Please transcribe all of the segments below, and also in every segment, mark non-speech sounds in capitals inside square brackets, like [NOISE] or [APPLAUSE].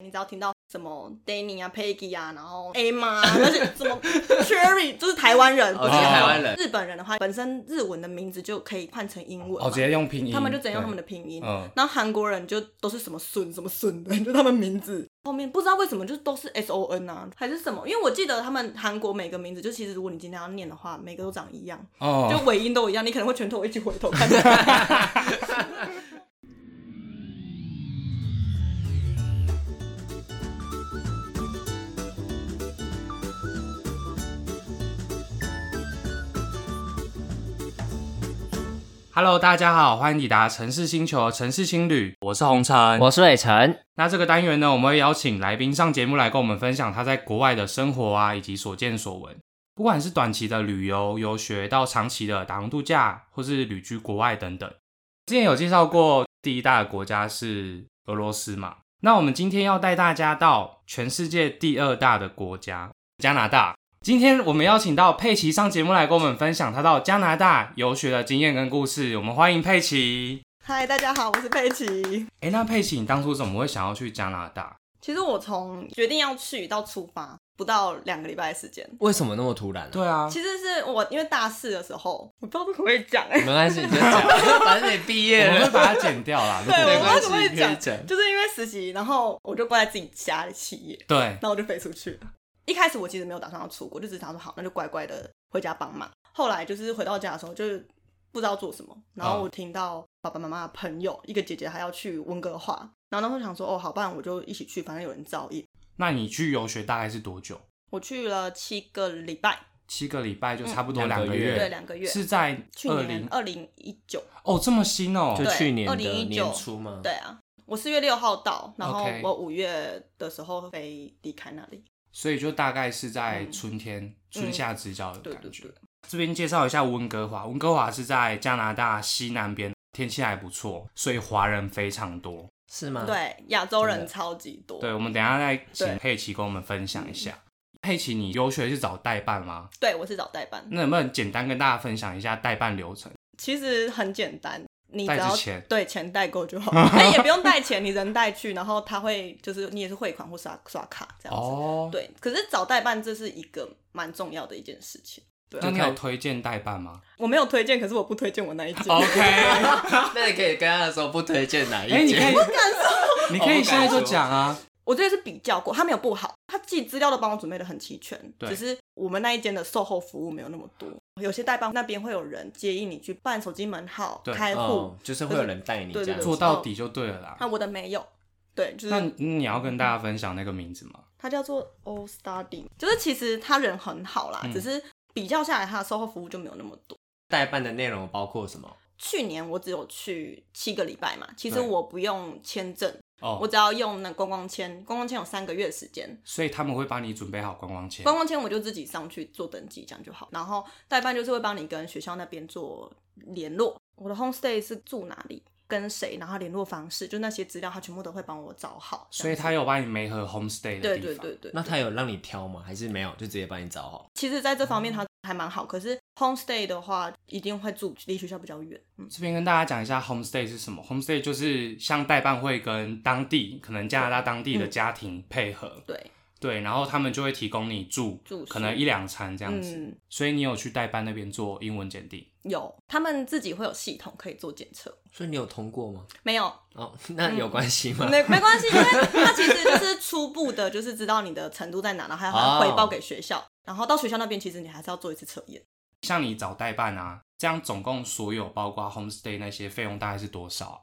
你只要听到什么 Danny 啊、Peggy 啊，然后 Emma，啊而且什么 Cherry，就是台湾人，哦，这是台湾人，日本人的话，本身日文的名字就可以换成英文嘛，哦，直接用拼音，他们就只能用他们的，的拼音。嗯，然后韩国人就都是什么孙什么孙的，就他们名字后面不知道为什么就都是 S O N 啊，还是什么？因为我记得他们韩国每个名字，就其实如果你今天要念的话，每个都长一样，就哦，尾音都一样，你可能会全头一起回头看。 Hello，大家好，欢迎抵达城市星球城市青旅，我是红尘。我是伟成，那这个单元呢，我们会邀请来宾上节目来跟我们分享他在国外的生活啊，以及所见所闻。不管是短期的旅游、游学，到长期的打工度假，或是旅居国外等等。之前有介绍过，第一大的国家是俄罗斯嘛。那我们今天要带大家到全世界第二大的国家——加拿大。今天我们邀请到佩奇上节目来跟我们分享她到加拿大游学的经验跟故事。我们欢迎佩奇。嗨，大家好，我是佩奇。哎，那佩奇，你当初怎么会想要去加拿大？其实我从决定要去到出发不到两个礼拜的时间，为什么那么突然、啊？对啊，其实是我因为大四的时候，我不知道这可不可以讲哎、没关系，你就讲，反正你毕业我们会了，把它剪掉啦。如果对，没我不关知道系可不可以可以讲，[LAUGHS] 讲就是因为实习，然后我就关在自己家里企业，对，然后我就飞出去了。一开始我其实没有打算要出国，就只是想说好，那就乖乖的回家帮忙。后来就是回到家的时候，就是不知道做什么，然后我听到爸爸妈妈的朋友一个姐姐还要去温哥华，然后那时候想说哦，好，不然我就一起去，反正有人照应。那你去游学大概是多久？我去了七个礼拜，七个礼拜就差不多嗯两个对对，月，两个月。是在去二年零二零一九，哦，这么新哦，就对去年的2019年初嘛。对啊，我四月六号到，然后 OK 我五月的时候飞离开那里。所以就大概是在春天、春夏之交的对嗯感对觉。对，这边介绍一下温哥华，温哥华是在加拿大西南边，天气还不错，所以华人非常多。是吗？，对，亚洲真人的超级多。嗯对，我们等一下再请对佩奇跟我们分享一下。佩奇，你游学是找代办吗？对，我是找代办，那能不能简单跟大家分享一下代办流程？其实很简单，你只带要之前对钱代购 [LAUGHS] 就好，但也不用带钱，你人带去，然后他会就是你也是汇款或刷刷卡这样子。哦，对，可是找代办这是一个蛮重要的一件事情。对那，你有推荐代办吗我没有推荐，可是我不推荐我那一件。哦 [LAUGHS] ？OK。那你可以跟他说不推荐哪哎、一你可间以，，你可以现在就讲啊。我这个是比较过，他没有不好，他自己资料都帮我准备的很齐全，对只是我们那一间的售后服务没有那么多，有些代办那边会有人建议你去办手机门号对开户嗯，，就是会有人带你这对对样对子。做到底就对了那啦。我的没有，对，就那是你你要跟大家分享那个名字吗？他叫做 All Study，就是其实他人很好啦，嗯只是比较下来他的售后服务就没有那么多。代办的内容包括什么？去年我只有去七个礼拜嘛，其实对我不用签证，我哦，只要用那观光签，观光签有三个月时间，所以他们会帮你准备好观光签观。光签我就自己上去做登记，这样就好。然后代办就是会帮你跟学校那边做联络。我的 homestay 是住哪里，跟谁，然后联络方式，就那些资料，他全部都会帮我找好。所以这样他有帮你媒合 homestay 的对地方。对对对，那他有让你挑吗？还是没有？就直接帮你找好？其实在这方哦面他还蛮好。可是 homestay 的话，一定会住离学校比较远。嗯，这边跟大家讲一下 homestay 是什么。homestay 就是像代办会跟当地，可能加拿大当地的家庭配合，对，对，然后他们就会提供你住，住宿可能一两餐这样子。嗯，所以你有去代办那边做英文检定，有他们自己会有系统可以做检测，所以你有通过吗？没有哦，那有关系吗？ [LAUGHS] 没没关系，因为他其实就是初步的，就是知道你的程度在哪，然后还要汇报给学校。然后到学校那边，其实你还是要做一次测验。像你找代办啊，这样总共所有包括 homestay 那些费用大概是多少啊？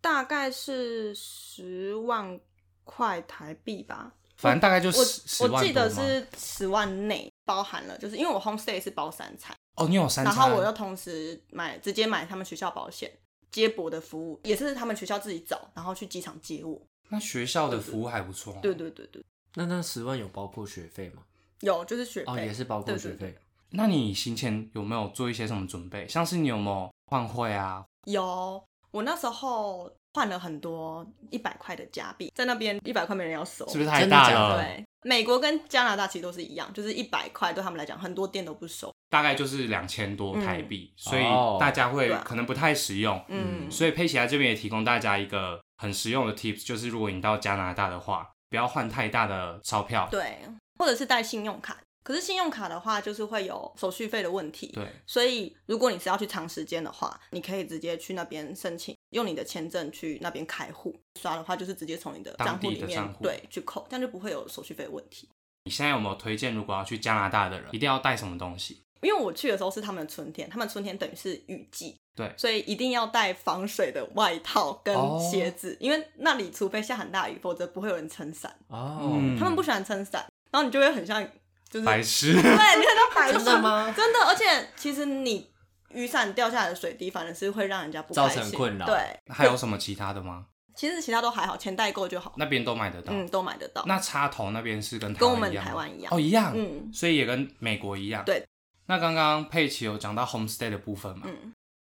大概是十万块台币吧。反正大概就我十十我万记得多吗是十万内包含了，就是因为我 homestay 是包三餐，哦，你有三然餐，后我又同时买直接买他们学校保险，接驳的服务也是他们学校自己找，然后去机场接我。那学校的服务还不错、哦，对对对对，那那十万有包括学费吗？有就是学费、哦，也是包括对对学对费。那你行前有没有做一些什么准备？像是你有没有换汇啊？有，我那时候换了很多一百块的加币，在那边一百块没人要收，是是？不是太大真的假的了？对，美国跟加拿大其实都是一样，就是一百块对他们来讲，很多店都不收。大概就是两千多台币，所以哦大家会嗯对啊可能不太实用。嗯，所以佩奇来这边也提供大家一个很实用的 tips，就是如果你到加拿大的话，不要换太大的钞票。对，或者是带信用卡。可是信用卡的话，就是会有手续费的问题。对，所以，如果你是要去长时间的话，你可以直接去那边申请，用你的签证去那边开户。刷的话，就是直接从你的账当户地里的面账户对去扣，这样就不会有手续费的问题。你现在有没有推荐，如果要去加拿大的人，一定要带什么东西？因为我去的时候是他们的春天，他们春天等于是雨季，对所以一定要带防水的外套跟哦鞋子，因为那里除非下很大雨，否则不会有人撑伞。嗯哦，他们不喜欢撑伞，然后你就会很像就是白 [LAUGHS] 痴。[LAUGHS] 对，你看到白痴真的？吗？真的，而且其实你雨伞掉下来的水滴，反而是会让人家不开心造成困扰对，还有什么其他的吗？其实其他都还好，钱代购就好，那边都买得到。嗯，都买得到。那插头那边是跟台跟我湾们一样吗台湾一样哦，一样，嗯所以也跟美国一样。对。那刚刚佩奇有讲到 homestay 的部分嘛？嗯，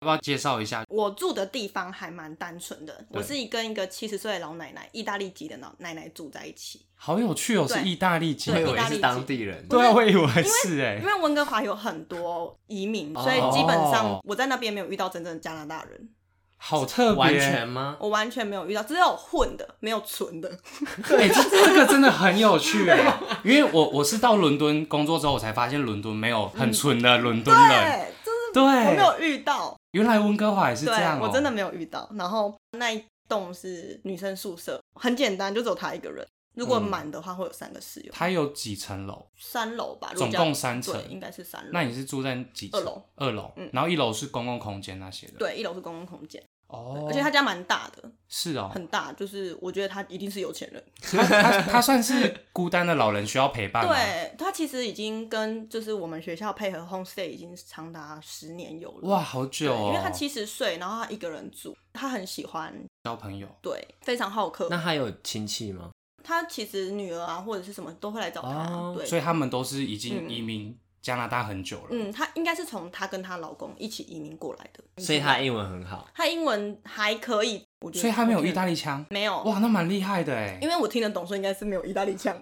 要不要介绍一下？我住的地方还蛮单纯的，我是一跟一个七十岁的老奶奶，意大利籍的老奶奶住在一起。好有趣哦，是对意大利籍我对以意为大利是当地人，对啊，我以为是哎因。为温哥华有很多移民，哦所以基本上我在那边没有遇到真正的加拿大人，好特别，完 [LAUGHS] 全吗？我完全没有遇到，只有混的，没有纯的。对，哎这这个真的很有趣哎，因为我我是到伦敦工作之后，我才发现伦敦没有很纯的伦敦人，嗯对，就是对，我没有遇到，原来温哥华也是对这样哦，我真的没有遇到。然后那一栋是女生宿舍，很简单，就只有她一个人。如嗯果满的话，会有三个室友，它有几层楼？三楼吧，如果总这样共三层对应该是三楼。那你是住在几层？二楼，二楼嗯，然后一楼是公共空间那些的。对，一楼是公共空间，哦，而且他家蛮大的，是哦， [LAUGHS] 很大，就是我觉得他一定是有钱人。他他他算是孤单的老人，需要陪伴吗？对他其实已经跟就是我们学校配合 homestay 已经长达十年有了。哇，好对，久哦，因为他七十岁，然后他一个人住，他很喜欢，交朋友，对，非常好客。那还有亲戚吗？他其实女儿啊或者是什么都会来找他，哦对，所以他们都是已经嗯移民加拿大很久了。嗯，她应该是从她跟她老公一起移民过来的，所以他英文很好，她英文还可以，我觉得所以他没有意大利利腔，没有，哇，那蛮厉害的哎因。为我听得懂，所以应该是没有意大利腔。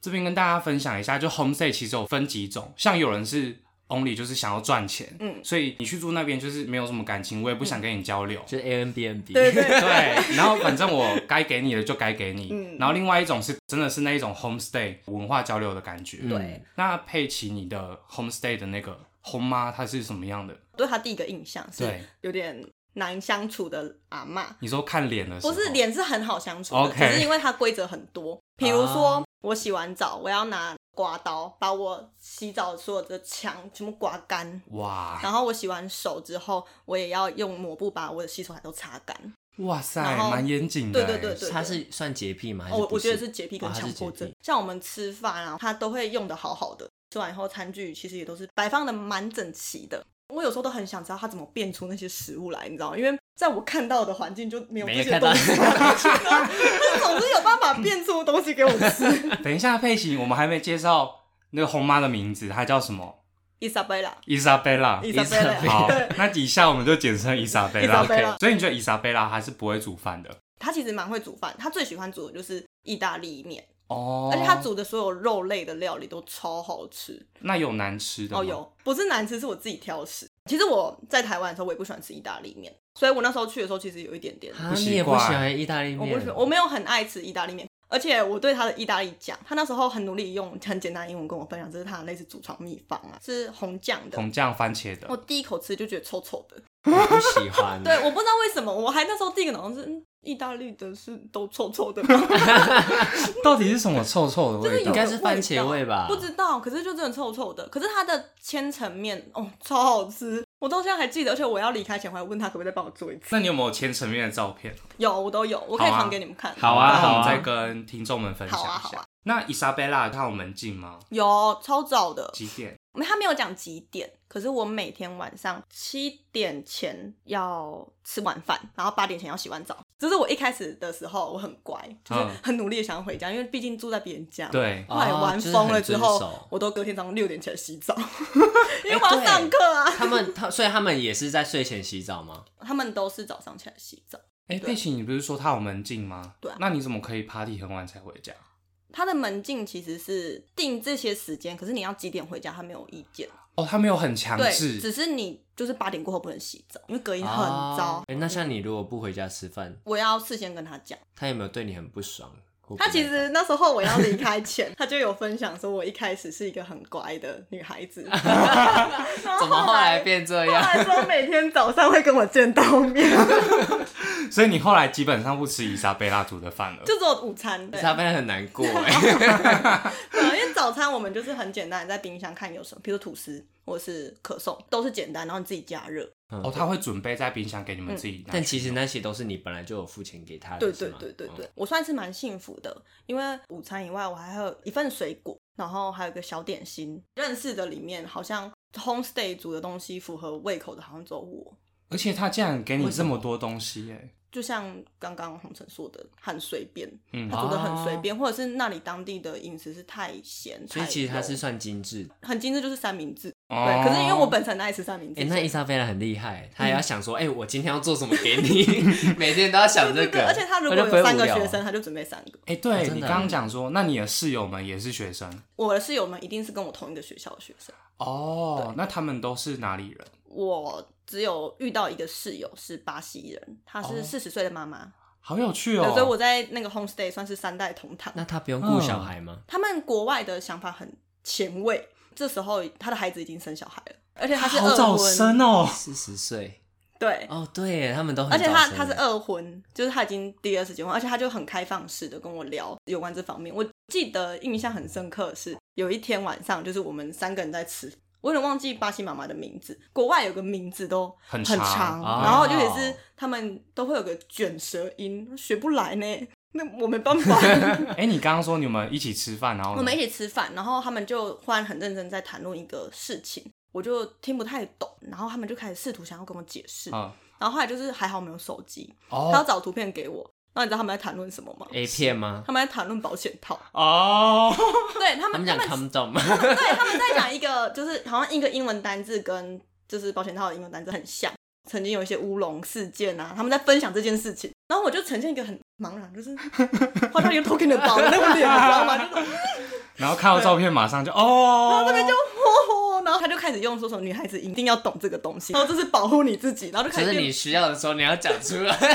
这边跟大家分享一下，就 homestay 其实有分几种，像有人是 only 就是想要赚钱，嗯所以你去住那边就是没有什么感情，我也不想跟你交流。就是 A N B N B。对对对 [LAUGHS] 对，然后反正我该给你的就该给你。嗯然后另外一种是真的是那一种 homestay 文化交流的感觉。对那佩奇，你的 homestay 的那个 home 妈她是什么样的？对她第一个印象是对有点难相处的阿嬷，你说看脸的时不候，是脸是很好相处的 OK 啊只是因为她规则很多，比如说我洗完澡，我要拿刮刀把我洗澡所有的墙全部刮干。哇然后我洗完手之后，我也要用抹布把我的洗手台都擦干。哇塞，然后蛮严谨对的欸。对对对，他对是算洁癖吗？还是我不我觉得是洁癖跟哦他强是迫洁症。癖像我们吃饭啊，他都会用的好好的，吃完以后餐具其实也都是摆放的蛮整齐的。我有时候都很想知道他怎么变出那些食物来，你知道吗？因为在我看到的环境就没有没这些看到东西， [LAUGHS] [LAUGHS] 但总是有办法变出东西给我吃。等一下，佩奇，我们还没介绍那个红妈的名字，她叫什么？伊莎 [LAUGHS] 贝拉，伊莎贝拉。伊莎贝伊莎贝拉，好对，， [LAUGHS] 那以下我们就简称伊莎伊贝拉。莎贝拉 OK，所以你觉得伊莎贝拉她是不会煮饭的他其实蛮会煮饭，他最喜欢煮的就是意大利面，哦？而且他煮的所有肉类的料理都超好吃。那有难吃的吗哦，有，不是难吃，是我自己挑食。其实我在台湾的时候，我也不喜欢吃意大利面，所以我那时候去的时候，其实有一点点，啊，不习你也不喜惯欢意大利面？我不哦喜，我没有很爱吃意大利面。而且我对他的意大利酱，他那时候很努力用很简单的英文跟我分享，这是他的类似祖传秘方啊，是红酱的。红嗯酱番茄的我。第一口吃就觉得臭臭的，我不喜欢。 [LAUGHS] 对，我不知道为什么，我还那时候第一个脑中是，嗯，意大利的是都臭臭的吗， [LAUGHS] 到底是什么臭臭的就是味有道应？该是番茄味吧不知道，可是就真的臭臭的。可是它的千层面哦，超好吃，我到现在还记得，而且我要离开前我还问他可不可以再帮我做一次。那你有没有千层面的照片？有，我都有，我可以好啊传给你们看。好啊那我好们啊再跟听众们分享一好啊好下啊。那伊莎贝拉她有门禁吗？有超早的，几点？没他没有讲几点，可是我每天晚上七点前要吃晚饭，然后八点前要洗完澡。这是我一开始的时候，我很乖，就是嗯很努力的想要回家，因为毕竟住在别人家。。对，后来哦玩就是疯很了之遵后，守我都隔天早上六点起来 [LAUGHS] 洗澡，因为哎我要对上课啊。他们他所以他们也是在睡前洗澡吗？他们都是早上起来洗澡，哎，佩奇，你不是说她有门禁吗？对啊那你怎么可以 party 很晚才回家？它的门禁其实是定这些时间，可是你要几点回家，他没有意见。哦，他没有很强对，制，只是你就是八点过后不能洗澡，因为隔音很哦糟。哎、那像你如果不回家吃饭，我要事先跟他讲。他有没有对你很不爽？或他不耐其烦实那时候我要离开前， [LAUGHS] 他就有分享说，我一开始是一个很乖的女孩子， [LAUGHS] 怎怎么后来变这后样？来说每天早上会跟我见到 [LAUGHS] 面，所以你后来基本上不吃伊莎贝拉煮的饭了。就只有午餐。对， [LAUGHS] 他变得很难过哎。对啊因为早餐我们就是很简单，在冰箱看有什么，比如吐司或是可颂，都是简单，然后你自己加热。哦，他会准备在冰箱给你们自己拿去用。但其实那些都是你本来就有付钱给他的，对是对吗对对对，嗯我算是蛮幸福的，因为午餐以外，我还有一份水果，然后还有一个小点心。认识的里面，好像 homestay 煮的东西符合胃口的，好像只有我。而且他竟然给你为什这么么多东西耶！就像刚刚红尘说的，很随便，嗯他煮的很随便，或者是那里当地的饮食是太咸，哦所以太其实他油是算精致的。很精致，就是三明治。哦对，可是因为我本身很爱吃三明治，哎、那伊莎贝拉很厉害，她也要想说，哎、我今天要做什么给你， [LAUGHS] 每天都要想对对这对，个。而且他如果那就不会有三无个聊啊学生，他就准备三个。哎，哦对真你的啊刚刚讲说，那你的室友们也是学生我的室友们一定是跟我同一个学校的学生，哦，那他们都是哪里人？我只有遇到一个室友是巴西人，她哦是四十岁的妈妈，好有趣哦！对，所以我在那个 homestay 算是三代同堂。那他不用顾小孩吗？他们国外的想法很前卫，这时候他的孩子已经生小孩了，而且他是好二早婚，生哦，四十岁对，哦，对耶，他们都很而且早他生他是二婚，就是他已经第二次结婚，而且他就很开放式的跟我聊有关这方面。我记得印象很深刻的是有一天晚上，就是我们三个人在吃，我有点忘记巴西妈妈的名字，国外有个名字都很长，长哦然后就也是他们都会有个卷舌音，学不来呢。那我没办法， [LAUGHS] 哎，你刚刚说你们一起吃饭，然后呢我们一起吃饭，然后他们就忽然很认真在谈论一个事情，我就听不太懂，然后他们就开始试图想要跟我解释，啊嗯然后后来就是还好没有手机，他要哦找图片给我。那你知道他们在谈论什么吗？ A 片吗？他们在谈论保险 [LAUGHS] 套，哦， [LAUGHS] 对他他们，们他讲们 condom，对他们在讲一个， [LAUGHS] 就是好像一个英文单字跟就是保险套的英文单字很像。曾经有一些乌龙事件啊，他们在分享这件事情，然后我就呈现一个很茫然，就是好像有 talking about 的那个脸，你知道吗？就是哦然后看到照片马上就哦，然后这边就吼吼，然后他就开始用说什么女孩子一定要懂这个东西，然后这是保护你自己，然后就可开始是变你需要的时候你要讲出 [LAUGHS] 来。就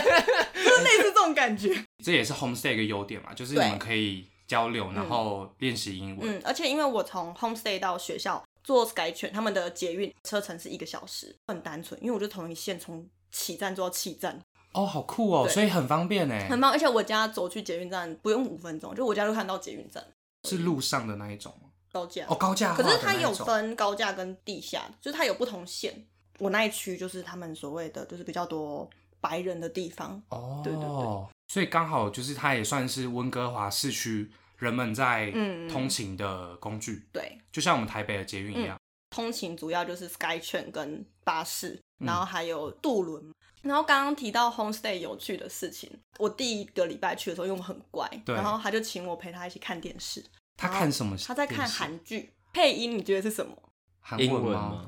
是类似这种感觉。这也是 homestay 一个优点嘛，就是你对们可以交流，然后练习英文。嗯，而且因为我从 homestay 到学校坐 Sky 犬，他们的捷运车程是一个小时，很单纯，因为我就同一线从起站坐到起站，哦，好酷哦，对所以很方便哎很，棒。而且我家走去捷运站不用五分钟，就我家就看到捷运站是路上的那一种吗高架。哦，高架化可的是它那一有种分高架跟地下，就是它有不同线。我那一区就是他们所谓的就是比较多白人的地方，哦，对对对所以刚好就是它也算是温哥华市区人们在嗯嗯通勤的工具，对，就像我们台北的捷运一嗯样。通勤主要就是 Sky 券跟巴士，嗯然后还有渡轮。然后刚刚提到 homestay 有趣的事情，我第一个礼拜去的时候，因为我很乖，对然后他就请我陪他一起看电视，他看什么？他在看电视韩剧，配音你觉得是什么？韩英文文吗？吗？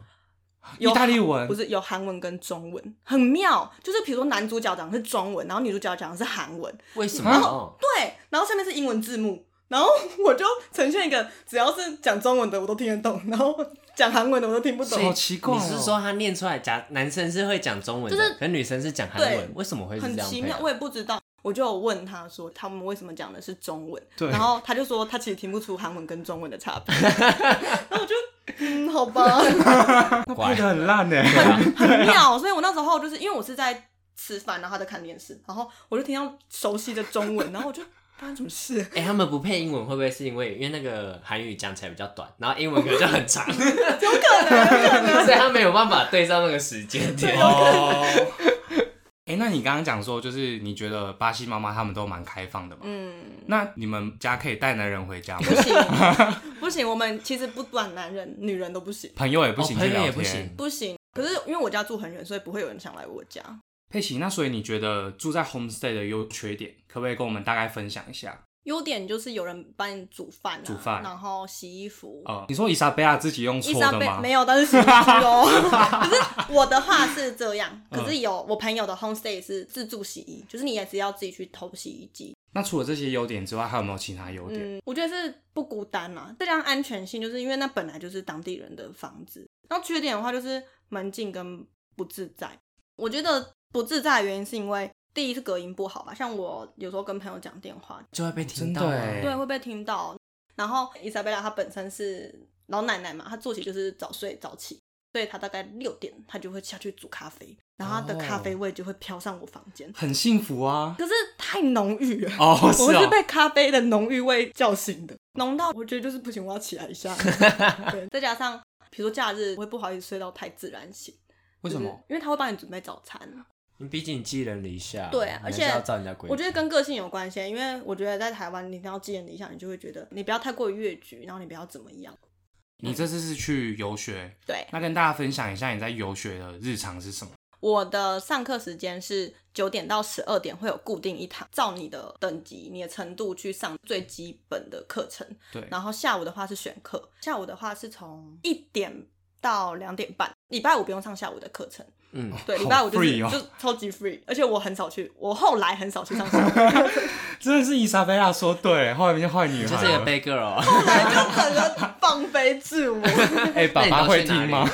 有意大利文不是有韩文跟中文，很妙。就是比如说男主角讲的是中文，然后女主角讲的是韩文，为什么？哦对，然后下面是英文字幕，然后我就呈现一个只要是讲中文的我都听得懂，然后讲韩文的我都听不懂，好奇怪、哦！你是说他念出来假男生是会讲中文的，就是可女生是讲韩文，对为什么会是很这样奇配妙啊？，我也不知道。我就有问他说，他们为什么讲的是中文？对然后他就说他其实听不出韩文跟中文的差别。然后我就嗯，好吧，配的很烂呢？欸 [LAUGHS] 很妙。所以我那时候就是因为我是在吃饭，然后他在看电视，然后我就听到熟悉的中文，然后我就发生什么事？哎、他们不配英文会不会是因为因为那个韩语讲起来比较短，然后英文可能就很长， [LAUGHS] 有可能，有可能。 [LAUGHS] 所以他没有办法对上那个时间点。哦。哎、那你刚刚讲说，就是你觉得巴西妈妈他们都蛮开放的嘛？嗯，那你们家可以带男人回家吗？ [LAUGHS] 不行， [LAUGHS] 不行。我们其实不管男人、女人都不行，朋友也不行哦去朋友聊也不天。行，不行。可是因为我家住很远，所以不会有人想来我家。佩奇，那所以你觉得住在 homestay 的优缺点，可不可以跟我们大概分享一下？优点就是有人帮你煮饭、啊，煮饭然后洗衣服，哦，你说伊莎贝拉自己用伊搓莎的贝吗？没有，但是洗衣机 [LAUGHS] 哦。可是我的话是嗯这样，可是有我朋友的 homestay 是自助洗衣，就是你也是要自己去投洗衣机，那除了这些优点之外，还有没有其他优点？嗯，我觉得是不孤单啦，再加上安全性，就是因为那本来就是当地人的房子。然后缺点的话就是门禁跟不自在。我觉得不自在的原因是因为第一是隔音不好吧，像我有时候跟朋友讲电话，就会被听到真啊、的欸对，会被听到。然后伊莎贝拉她本身是老奶奶嘛，她作息就是早睡早起，所以她大概六点她就会下去煮咖啡，然后她的咖哦啡味就会飘上我房间。很幸福啊！可是太浓郁了，哦，我是是哦，被咖啡的浓郁味叫醒的，浓到我觉得就是不行，我要起来一 [LAUGHS] 下。对，再加上比如说假日，我会不好意思睡到太自然醒。为什就是么？因为他会帮你准备早餐。你毕竟寄人篱下，对啊你还是而且要照人家规矩。我觉得跟个性有关系，因为我觉得在台湾，你一定要寄人篱下，你就会觉得你不要太过于越矩，然后你不要怎么样。你这次是去游学，对，那跟大家分享一下你在游学的日常是什么？我的上课时间是九点到十二点，会有固定一堂，照你的等级、你的程度去上最基本的课程。对，然后下午的话是选课，下午的话是从一点到两点半，礼拜五不用上下午的课程。嗯，对，好礼拜五就是、 free 哦就超级 free，而且我很少去，我后来很少去上下午的课 [LAUGHS] 程，真的是伊莎贝拉说对，后来变坏女你孩就是一个哦 bad girl，了。后来就整个放飞自我。哎，爸爸会听吗？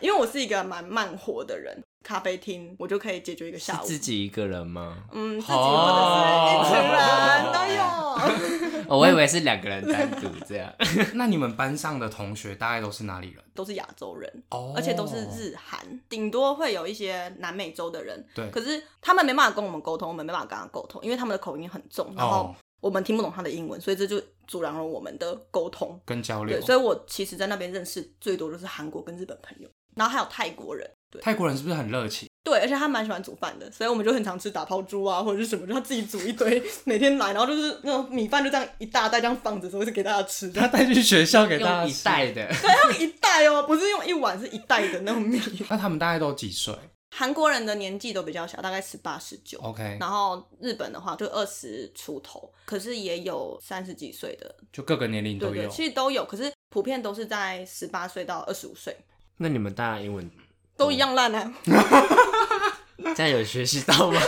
因为我是一个蛮慢活的人，咖啡厅我就可以解决一个是下午。 [LAUGHS] 自己一个人吗？嗯，自己或者哦是一群人都有， [LAUGHS] 哦我以为是两个人单独这 [LAUGHS] 样。 [LAUGHS] 那你们班上的同学大概都是哪里人？都是亚洲人，哦而且都是日韩，顶多会有一些南美洲的人。对可是他们没办法跟我们沟通，我们没办法跟他沟通，因为他们的口音很重，然后哦我们听不懂他的英文，所以这就阻挡了我们的沟通。跟交流对，。所以我其实，在那边认识最多就是韩国跟日本朋友，然后还有泰国人。对泰国人是不是很热情？对，而且他蛮喜欢煮饭的，所以我们就很常吃打抛猪啊，或者是什么，就他自己煮一堆，每天来，然后就是那种米饭就这样一大袋这样放着，所以是给大家吃 [LAUGHS] 的。 [LAUGHS] 哎他带去学校给大用家一吃。袋的，他用一袋哦，不是用一碗，是一袋的那种米。那他们大概都几岁韩国人的年纪都比较小，大概十八、十九。 ？OK，然后日本的话就二十出头，可是也有三十几岁的，就各个年龄对都对，有。其实都有，可是普遍都是在十八岁到二十五岁，那你们大家英文哦都一样烂啊。 [LAUGHS] 这样有学习到 [LAUGHS] 吗？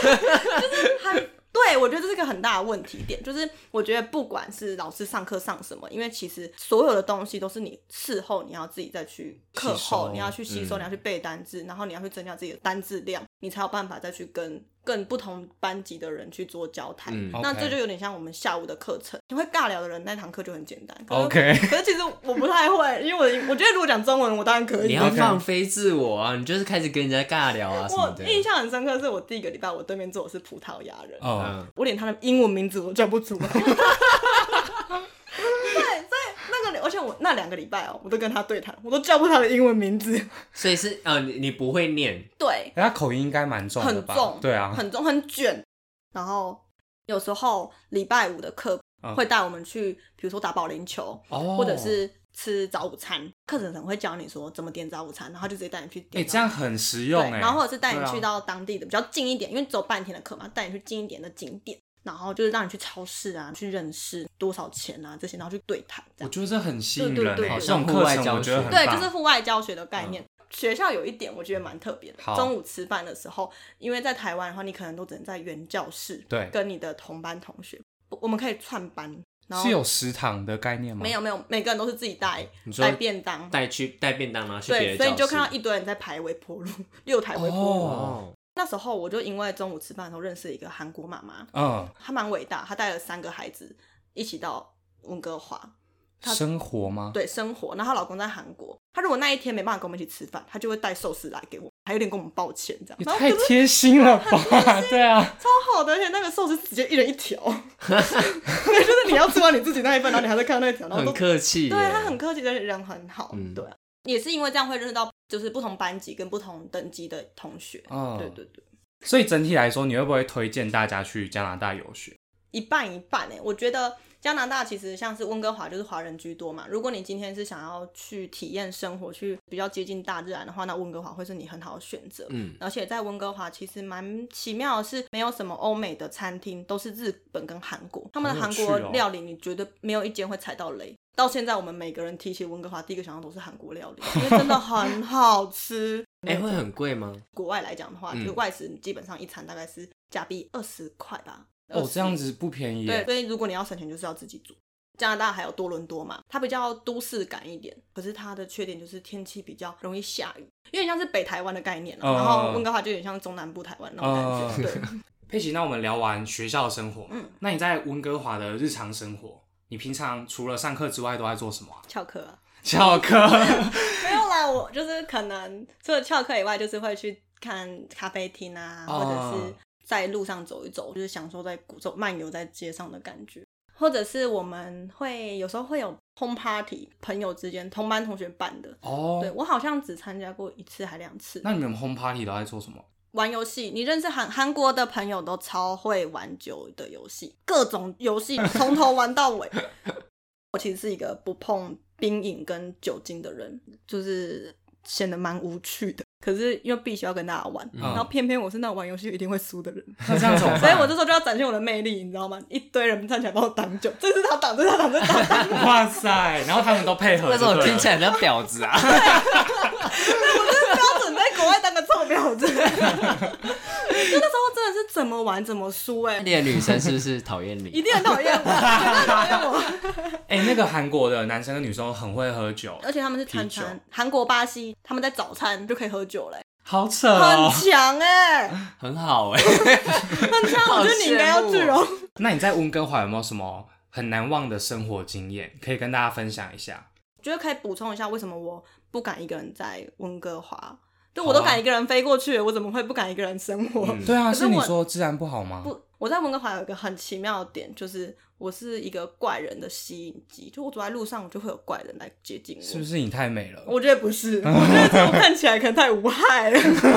对，我觉得这是个很大的问题点，就是我觉得不管是老师上课上什么，因为其实所有的东西都是你事后你要自己再去课吸收后，你要去吸收，嗯你要去背单字，然后你要去增加自己的单字量，你才有办法再去跟更不同班级的人去做交谈。嗯那 OK 这就有点像我们下午的课程，你会尬聊的人那堂课就很简单。可是 OK，可是其实我不太会，因为我的我觉得如果讲中文，我当然可 [LAUGHS] 你以。要放飞自我啊，你就是开始跟人家尬聊啊什么我的。印象很深刻，是我第一个礼拜我对面坐的是葡萄牙人，哦，嗯，我连他的英文名字我都叫不出来。 [LAUGHS] 对，所以那个，而且我那两个礼拜哦，我都跟他对谈，我都叫不出他的英文名字。所以是呃，你你不会念， [LAUGHS] 对，哎他口音应该蛮重的很吧？重，对啊，很重，很卷。然后有时候礼拜五的课嗯会带我们去，比如说打保龄球，哦，或者是吃早午餐。课程可能会教你说怎么点早午餐，然后就直接带你去哎，点早午餐。这样很实用对，哎。然后或者是带你对啊去到当地的比较近一点，因为只有半天的课嘛，带你去近一点的景点，然后就是让你去超市啊，去认识多少钱啊这些，然后去对谈这我样。觉得这很吸引对对人对欸，对这种对课户外程教我觉得学很对，棒嗯就是户外教学的概念。学校有一点我觉得蛮特别的好，中午吃饭的时候，因为在台湾的话，你可能都只能在原教室对跟你的同班同学，我我们可以串班，然后是有食堂的概念吗？没有没有，每个人都是自己带你说带便当，带去带便当啊，去对，别的所以你就教室看到一堆人在排微波炉， [LAUGHS] 六台微波炉。哦，那时候我就因为中午吃饭的时候认识一个韩国妈妈，嗯，她蛮伟大，她带了三个孩子一起到温哥华，他生活吗？对生活。然后她老公在韩国，她如果那一天没办法跟我们一起吃饭，她就会带寿司来给我，还有点跟我们抱歉这样。也然后太可是贴心 [LAUGHS] 了吧？对啊，超好的，而且那个寿司直接一人一条， [LAUGHS] 对，就是你要吃完你自己那一份，然后你还在看那一条，然后很都客气耶，对她很客气，而且人很好，嗯对啊、也是因为这样会认识到就是不同班级跟不同等级的同学，哦嗯，对对对。所以整体来说，你会不会推荐大家去加拿大游学？一半一半哎、我觉得加拿大其实像是温哥华就是华人居多嘛。如果你今天是想要去体验生活，去比较接近大自然的话，那温哥华会是你很好的选择。嗯，而且在温哥华其实蛮奇妙的是，没有什么欧美的餐厅，都是日本跟韩国。他们的好韩有趣哦国料理你绝对没有一间会踩到雷。到现在我们每个人提起温哥华，第一个想到都是韩国料理，因为真的很好吃。 [LAUGHS] 哎，会很贵吗？国外来讲的话，嗯就外食基本上一餐大概是加币二十块吧，哦，这样24子不便宜对，耶。所以如果你要省钱，就是要自己煮。加拿大还有多伦多嘛，它比较都市感一点，可是它的缺点就是天气比较容易下雨，有点像是北台湾的概念、啊嗯然后温哥华就有点像中南部台湾那种感觉。对， [LAUGHS] 佩奇，那我们聊完学校的生活，嗯那你在温哥华的日常生活，你平常除了上课之外都在做什么啊、翘课啊，[LAUGHS] 翘课，没有啦，我就是可能除了翘课以外，就是会去看咖啡厅啊，哦或者是在路上走一走，就是享受在古走漫游在街上的感觉，或者是我们会有时候会有 home party，朋友之间同班同学办的。哦对，我好像只参加过一次还两次。那你们 home party 都在做什么？玩游戏，你认识韩韩国的朋友都超会玩酒的游戏，各种游戏从头玩到尾。 [LAUGHS] 我其实是一个不碰冰饮跟酒精的人，就是显得蛮无趣的。可是因为必须要跟大家玩，嗯然后偏偏我是那种玩游戏一定会输的人，那这样怎么 [LAUGHS] 办？所以我这时候就要展现我的魅力，你知道吗？一堆人站起来帮我挡酒，这是他挡，这是他挡，这是他挡。 [LAUGHS] 哇塞，然后他们都配合那 [LAUGHS] 就对时了，候听起来很像婊子啊！ [LAUGHS] 标准在国外当个臭婊子。就 [LAUGHS] 那时候真的是怎么玩怎么输哎、你的女生是不是讨厌一你？定很讨厌我，绝对讨厌我。哎、那个韩国的男生跟女生都很会喝酒， [LAUGHS] 而且他们是餐啤酒餐，韩国、巴西，他们在早餐就可以喝酒嘞、好扯很哦。强哎、很好 [LAUGHS] 哎、很强！好我觉得你应该要去羡哦。那你在温哥华有没有什么很难忘的生活经验可以跟大家分享一下？觉得可以补充一下，为什么我不敢一个人在温哥华？就我都敢一个人飞过去，我怎么会不敢一个人生活？嗯对啊，可是是你我说治安不好吗？不，我在温哥华有一个很奇妙的点，就是我是一个怪人的吸引机，就我走在路上，我就会有怪人来接近我。是不是你太美了？我觉得不是，我觉得这种看起来可能太无害了。但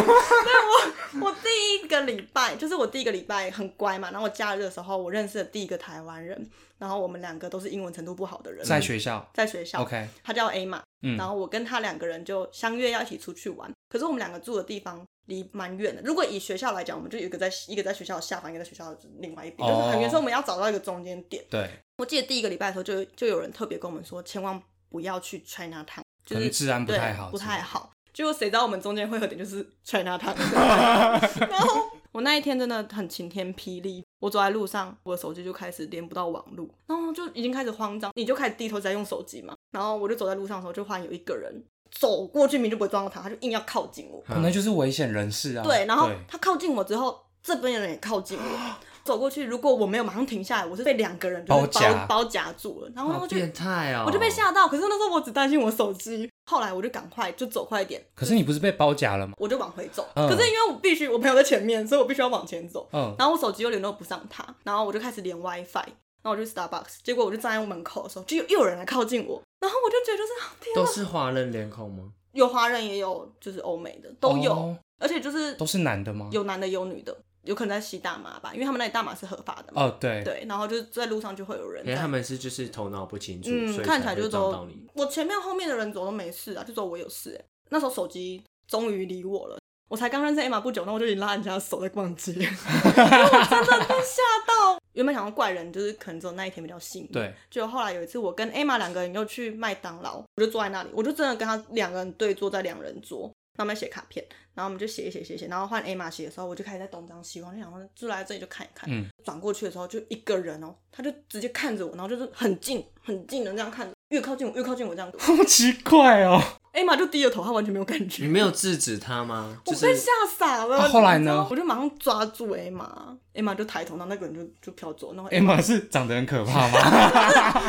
我我第一个礼拜，就是我第一个礼拜很乖嘛，然后我假日的时候，我认识了第一个台湾人，然后我们两个都是英文程度不好的人，在学校在学校，OK，他叫 A 嘛，嗯然后我跟他两个人就相约要一起出去玩，可是我们两个住的地方离蛮远的。如果以学校来讲，我们就有一个在一个在学校的下方，一个在学校的另外一边，就是很哦远，所以我们要找到一个中间点。对，我记得第一个礼拜的时候就，就有人特别跟我们说，千万不要去 China Town，就可能是治安不对，太好，不是吗太。好。结果谁知道我们中间会合点就是 China [LAUGHS] Town，然后我那一天真的很晴天霹雳，我走在路上，我的手机就开始连不到网络，然后就已经开始慌张，你就开始低头在用手机嘛。然后我就走在路上的时候，就忽然有一个人走过去，明明就不会撞到他，他就硬要靠近我。可能就是危险人士啊。嗯对，然后他靠近我之后，这边的人也靠近我。走过去，如果我没有马上停下来，我是被两个人就是包包夹包夹住了，然后好我就变态哦！我就被吓到。可是那时候我只担心我手机，后来我就赶快就走快一点，可是你不是被包夹了吗？我就往回走。嗯可是因为我必须我朋友在前面，所以我必须要往前走。嗯，然后我手机又联络不上他，然后我就开始连 WiFi，然后我就 Starbucks，结果我就站在我门口的时候，就又又有人来靠近我，然后我就觉得就是啊天都啊，是华人脸孔吗？有华人也有就是欧美的都有，哦而且就是都是男的吗？有男的有女的，有可能在吸大麻吧，因为他们那里大麻是合法的嘛。哦，对，对，然后就是在路上就会有人因为在他们是就是头脑不清楚，嗯，所以看起才来会就撞都到你。我前面后面的人走都没事啊，就只有我有事、欸。那时候手机终于理我了，我才刚认识 Emma 不久，那我就已经拉人家的手在逛街，因 [LAUGHS] 为我真的被吓到。原本想要怪人，就是可能只有那一天比较幸运。，对， [LAUGHS] 就后来有一次我跟 Emma 两个人又去麦当劳，我就坐在那里，我就真的跟他两个人对坐在两人桌。然后我们在写卡片，然后我们就写一写写一写，然后换 Emma 写的时候，我就开始在东张西望，就想说就来这里就看一看。嗯，转过去的时候，就一个人哦，他就直接看着我，然后就是很近很近的这样看着，越靠近我越靠近我这样。好奇怪哦。艾玛就低着头，她完全没有感觉。你没有制止他吗？我嗯就是哦被吓傻了。啊后来呢你知道我就马上抓住艾玛，艾玛就抬头，然后那个人就就飘走，然后 Emma 是长得很可怕 吗？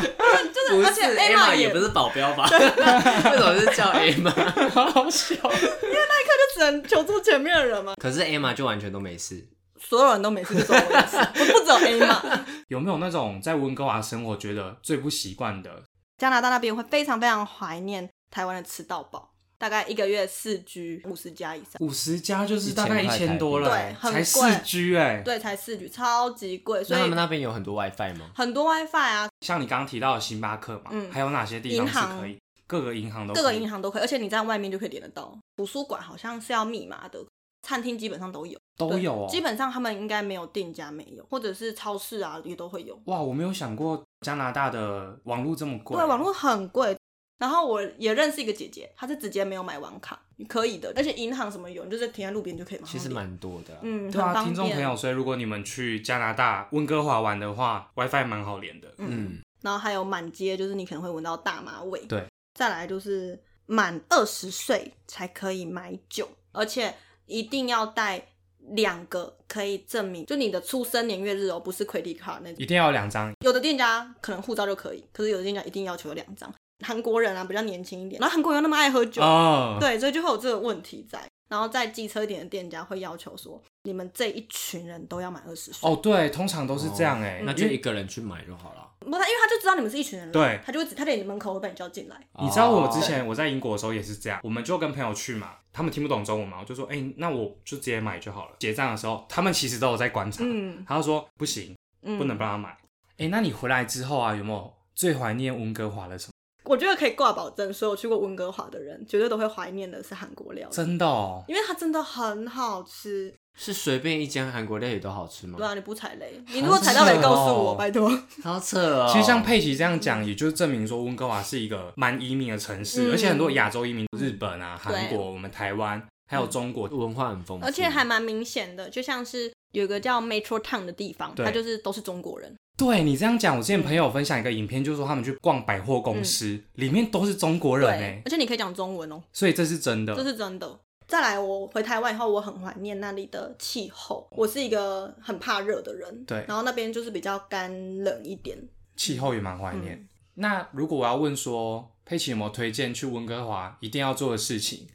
[LAUGHS] 就是，不而是且 Emma 也也不是保 [LAUGHS] 镖吧？ [LAUGHS] 为什么是叫 Emma？ [LAUGHS] 好笑。就只能求助前面的人嘛。可是 Emma 就完全都没事。所有人都没事，就只有我 [LAUGHS] 有事，我不只有艾玛。有没有那种在温哥华生活觉得最不习惯的？ [LAUGHS] 加拿大那边会非常非常怀念台湾的吃到饱，大概一个月四居五十家以上。五十加就是大概一1000块千多了，台币欸对很才贵四 G 哎。对，才四居，超级贵，所嗯以那他们那边有很多 WiFi 吗？很多 WiFi 啊，像你刚刚提到的星巴克嘛，嗯还有哪些地方银行是可以？各个银行都各个银行行都可以，而且你在外面就可以点得到。图书馆好像是要密码的，餐厅基本上都有，都对有哦。基本上他们应该没有店家没有，或者是超市啊也都会有。啊哇，我没有想过加拿大的网络这么贵。啊对，网络很贵，然后我也认识一个姐姐，她是直接没有买网卡，可以的，而且银行什么有，你就是停在路边就可以马上其实领蛮多的啊、嗯，对很啊，方听众便朋友，所以如果你们去加拿大温哥华玩的话，WiFi 蛮好连的。嗯，然后还有满街就是你可能会闻到大麻味。对，再来就是满二十岁才可以买酒，而且一定要带两个可以证明，就你的出生年月日哦，不是 credit card 那种一。定要有两张，有的店家可能护照就可以，可是有的店家一定要求有两张。韩国人啊比较年轻一点，然后韩国人又那么爱喝酒，哦，对，所以就会有这个问题在。然后再机车一点的店家会要求说，你们这一群人都要满二十岁。哦，对，通常都是这样嗯哎、哦那就因为一个人去买就好了。不，他因为他就知道你们是一群人了，对他就会只他在你门口会把你叫进来。你知道我之哦前我在英国的时候也是这样，我们就跟朋友去嘛，他们听不懂中文嘛，我就说，哎、那我就直接买就好了。结账的时候，他们其实都有在观察，嗯他就说不行，嗯，不能帮他买。哎、那你回来之后啊，有没有最怀念温哥华的什么？我觉得可以挂保证，所有去过温哥华的人绝对都会怀念的是韩国料理，真的哦，因为它真的很好吃。是随便一间韩国料理都好嗯吃吗？对啊，你不踩雷，你如果踩到雷，告诉我，哦拜托。好扯哦。其实像佩奇这样讲，也就是证明说温哥华是一个蛮移民的城市，嗯而且很多亚洲移民，日本啊、韩对嗯国、我们台湾还有中国，文化很丰富，而且还蛮明显的，就像是有一个叫 Metro Town 的地方，对它就是都是中国人。对你这样讲，我之前朋友分享一个影片，就是说他们去逛百货公司，里面都是中国人哎、嗯对，而且你可以讲中文哦，所以这是真这的。是真的。再来，我回台湾以后，我很怀念那里的气候。我是一个很怕热的人，对然后那边就是比较干冷一点。气候也蛮怀念。嗯那如果我要问说，佩奇有没有推荐去温哥华一定要做的事情？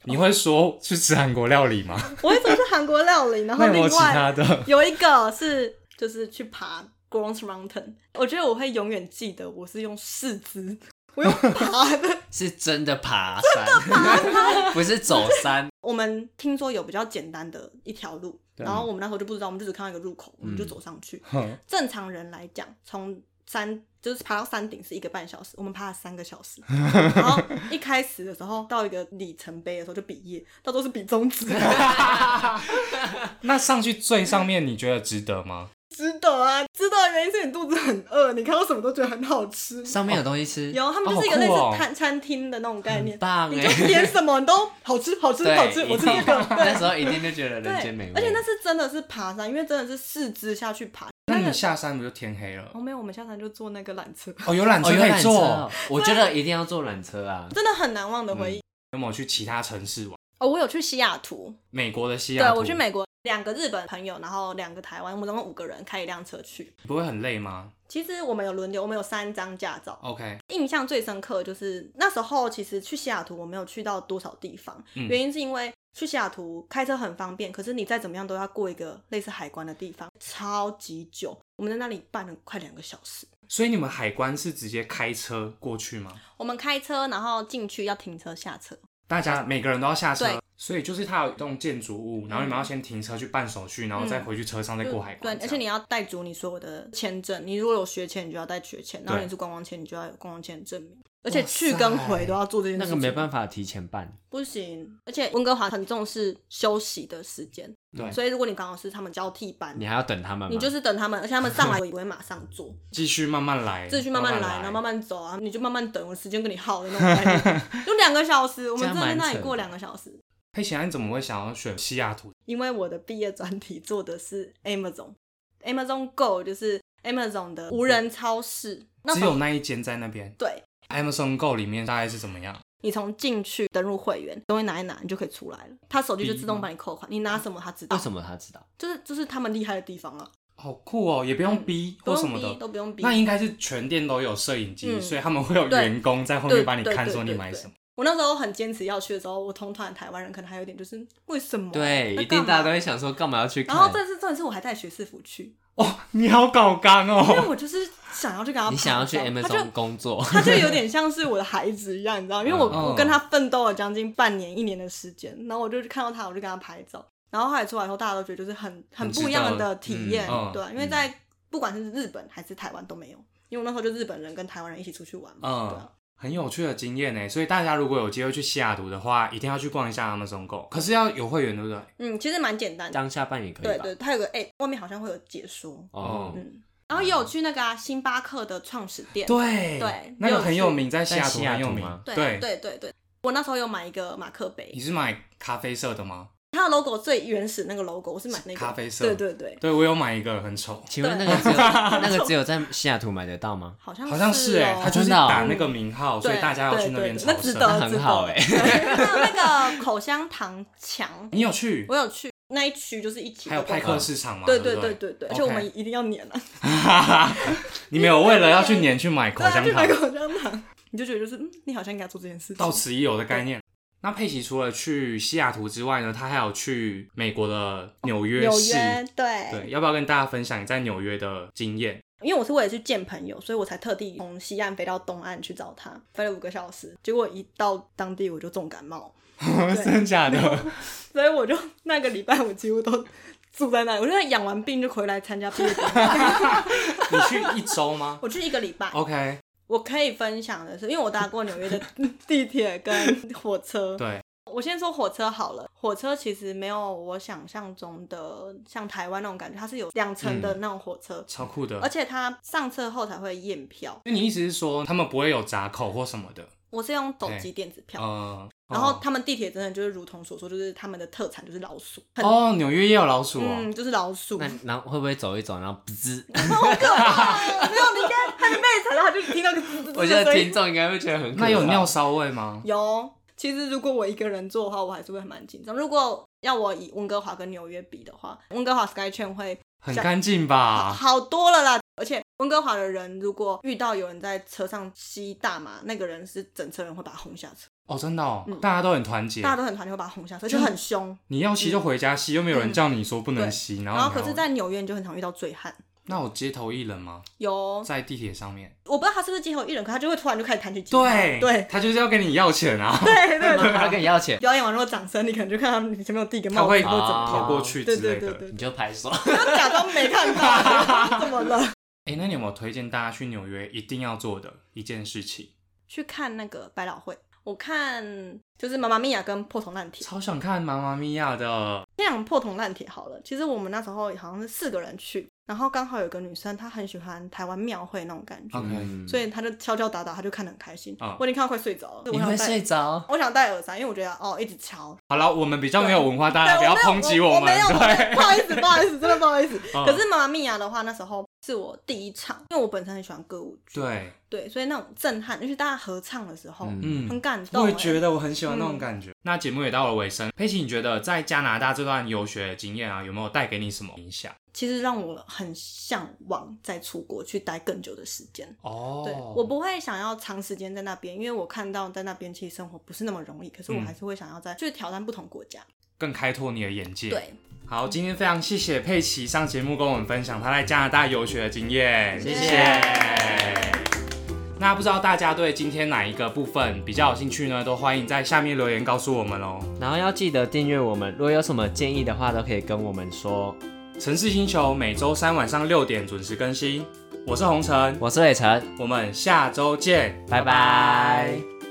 哦你会说去吃韩国料理吗？我会走去韩国料理，然后 [LAUGHS] 那有没另有其外他的？有一个是就是去爬 Grand Mountain，我觉得我会永远记得我是用四肢，我用爬的。 [LAUGHS] 是真的爬山， [LAUGHS] 不是走山。我们听说有比较简单的一条路，对啊嗯然后我们那时候就不知道，我们就只看到一个入口，我们就走上去。哼正常人来讲，从山就是爬到山顶是一个半小时，我们爬了三个小 [LAUGHS] 时。然后一开始的时候到一个里程碑的时候就比耶，到都是比中 [LAUGHS] 指，那上去最上面，你觉得值得吗？值得啊！值得的原因是你肚子很饿，你看到什么都觉得很好吃。上面有东西吃，有，他们就是一个哦好类酷哦似餐餐厅的那种概念很，棒你哎就。点什么你都好吃，好吃，对，好吃，我一吃定这个。那时候一定就觉得对人间美味，而且那是真的是爬山，因为真的是四肢下去爬。那个你下山不就天黑哦，了？没有，我们下山就坐那个缆车，哦，有缆哦车有可缆以车哦坐。，我觉得一定要坐缆车啊。真的很难忘的回忆。嗯有没有去其他城市玩？哦，我有去西雅图，美国的西对啊雅图，我去美国，两个日本朋友，然后两个台湾，我们总共五个人开一辆车去。不会很累吗其实我们有轮流，我们有三张驾照。 ？OK，印象最深刻的就是那时候，其实去西雅图我没有去到多少地方，嗯原因是因为去西雅图开车很方便，可是你再怎么样都要过一个类似海关的地方，超级久。我们在那里办了快两个小时。所以你们海关是直接开车过去吗？我们开车，然后进去要停车下车，大家每个人都要下对嗯车，所以就是它有一栋建筑物，然后你们要先停车去办手续，然后再回去车上再过海关。对，而且你要带足你所有的签证，你如果有学签，你就要带学签；然后对你是观光签，你就要有观光签证明。而且去跟回都要做这件事那情，个没办法提前办，不行。而且温哥华很重视休息的时间，对所以如果你刚好是他们交替班你，还要等他们吗。你就是等他们，而且他们上来我也不会马上 [LAUGHS] 做，继续慢慢来，自己去慢慢慢来，然后慢慢慢走啊，你就慢慢等，我时间跟你耗的那种感 [LAUGHS] 觉，就两个小时，我们真的在那里过两个小时。佩奇，那你怎么会想要选西雅图？因为我的毕业专题做的是 Amazon，Amazon Go 就是 Amazon 的无人超市，那只时候有那一间在那边。对。 Amazon Go 里面大概是怎么样？你从进去登录会员，东西拿一拿，你就可以出来了。他手机就自动帮你扣款，你拿什么他知道。为什么他知道？就是就是他们厉害的地方啊，好酷哦，也不用嗯逼不或什用么逼，都的。不用逼。那应该是全店都有摄影机，嗯所以他们会有对员工在后面帮你看说你买什么。我那时候很坚持要去的时候，我同团台湾人可能还有点就是为什么？对，在一定大家干都嘛会想说，干嘛要去然后看？这次重点是我还带学士服去，哦，你好搞刚因为哦！我就是想要去跟他你拍想要去照他就 Amazon 工作，他就有点像是我的孩子一样，你知道，因为我、嗯我跟他奋斗了将近半年一年的时间，然后我就看到他，我就跟他拍照，然后后来出来以后，大家都觉得就是很很很值不一样得的体验，嗯嗯对啊，因为在、不管是日本还是台湾都没有，因为我那时候就日本人跟台湾人一起出去玩嘛，对嗯啊，，很有趣的经验呢。所以大家如果有机会去西雅图的话，一定要去逛一下 Amazon Go，可是要有会员，对不对？嗯，其实蛮简单的， [LAUGHS] 当下办也可对以哎吧？对，它有个 app，外面好像会有解说，哦，嗯，然后也有去那个啊星巴克的创始店，对对那也有个很去有名，在西在雅西图雅很有图名吗。对对对对我那时候有买一个马克杯你，是买咖啡色的吗？它的 logo 最原始那个 logo，我是买那个咖啡色对对对，对，我有买一个，很丑，请问那个 [LAUGHS] 只有那个只有在西雅图买得到吗？好像好像是哎、哦他就是真的哦打那个名号，所以对大家要去对那边对朝对那值圣 [LAUGHS] 得，那很值得好欸对还有那个口香糖墙，你有去？我有去那一区，就是一起还有派克市场吗？对对对对不对对，而且我 OK 们一定要撵啊，你没有为了要去年去买口对啊，香去买糖，口香糖，你就觉得就是，嗯，你好像应该做这件事到情。此一游的概念。那佩奇除了去西雅图之外呢，他还有去美国的纽约纽市。约，对，要不要跟大家分享你在纽约的经验？因为我是为了去见朋友，所以我才特地从西岸飞到东岸去找他，飞了五个小时。结果一到当地我就重感冒， [LAUGHS] 真的假的？所以我就那个礼拜我几乎都住在那里。我就在养完病就回来参加毕业典礼， [LAUGHS] 你去一周吗我去一个礼拜。 [LAUGHS] ？OK，我可以分享的是，因为我搭过纽约的地铁跟火车。对，我先说火车好了，火车其实没有我想象中的像台湾那种感觉，它是有两层的那种火车，超酷的。而且它上车后才会验票。那你意思是说他们不会有闸口或什么的？我是用手机电子票，嗯，然后哦他们地铁真的就是如同所说，就是他们的特产就是老鼠，很、哦，纽约也有老鼠哦。嗯，就是老鼠， [LAUGHS] 那好然后会不会走一走，然后滋？可怕！啊没有，你应该还没被踩到，他就听到个滋滋滋的 [LAUGHS] 我觉得声音听众应该会觉得很可怕那有尿骚味吗？有。其实如果我一个人做的话，我还是会蛮紧张。如果要我以温哥华跟纽约比的话，温哥华 Sky 券会很干净吧？好多了啦。而且温哥华的人，如果遇到有人在车上吸大麻，那个人是整车人会把他轰下车，哦，真的哦嗯，大家都很团结大。家都很团结会把他轰下车，而且很凶。你要吸就回家吸，又没有人叫你说不能吸，然嗯然后后你可是，还在纽约你就很常遇到醉汉，那我街头艺人吗？有哦在地铁上面，我不知道他是不是街头艺人，可他就会突然就开始弹起吉他，对 [LAUGHS] 对他就是要跟你要 [LAUGHS] 钱啊，对对对。他跟你要钱，表演完如果掌声，你可能就看他们前面有递一个帽他子会啊或者怎么跑样，过去之对对类对的。对，你就拍手。不要假装没看到， [LAUGHS] 怎么了？哎、那你有没有推荐大家去纽约一定要做的一件事情？去看那个百老汇，我看就是《妈妈咪呀》跟《破铜烂铁》。超想看《妈妈咪呀》的，先讲破铜烂铁好了。其实我们那时候好像是四个人去，然后刚好有个女生，她很喜欢台湾庙会那种感觉， OK [LAUGHS] 嗯所以她就敲敲打打，她就看得很开心。嗯我已经看到快睡着了，我你想会戴，睡着？我想戴耳塞，因为我觉得哦一直敲，好了，我们比较没有文化，大对家啊不要我没有抨击我们。没有，我没有对，不好意思，不好意思，真的不好意思。 [LAUGHS] 嗯可是妈妈咪呀的话，那时候是我第一场，因为我本身很喜欢歌舞 [LAUGHS] 剧，对，对，所以那种震撼，就是大家合唱的时候，嗯嗯很，感动、我也欸觉得我很喜欢那种感觉。那节目也到了尾嗯声，佩奇，你觉得在加拿大这段游学的经验啊，有没有带给你什么影响？其实让我很向往再出国去待更久的时间。哦，对，我不会想要长时间在那边，因为我看到在那边其实生活不是那么容易，可是我嗯还是会想要在、就是挑战不同国家。更开拓你的眼界。，对，好，今天非常谢谢佩奇上节目跟我们分享她在加拿大游学的经验，谢谢那不知道大家对今天哪一个部分比较有兴趣呢？都欢迎在下面留言告诉我们哦。然后要记得订阅我们，如果有什么建议的话，都可以跟我们说。城市星球每周三晚上六点准时更新，我是红尘，我是伟成，我们下周见，拜拜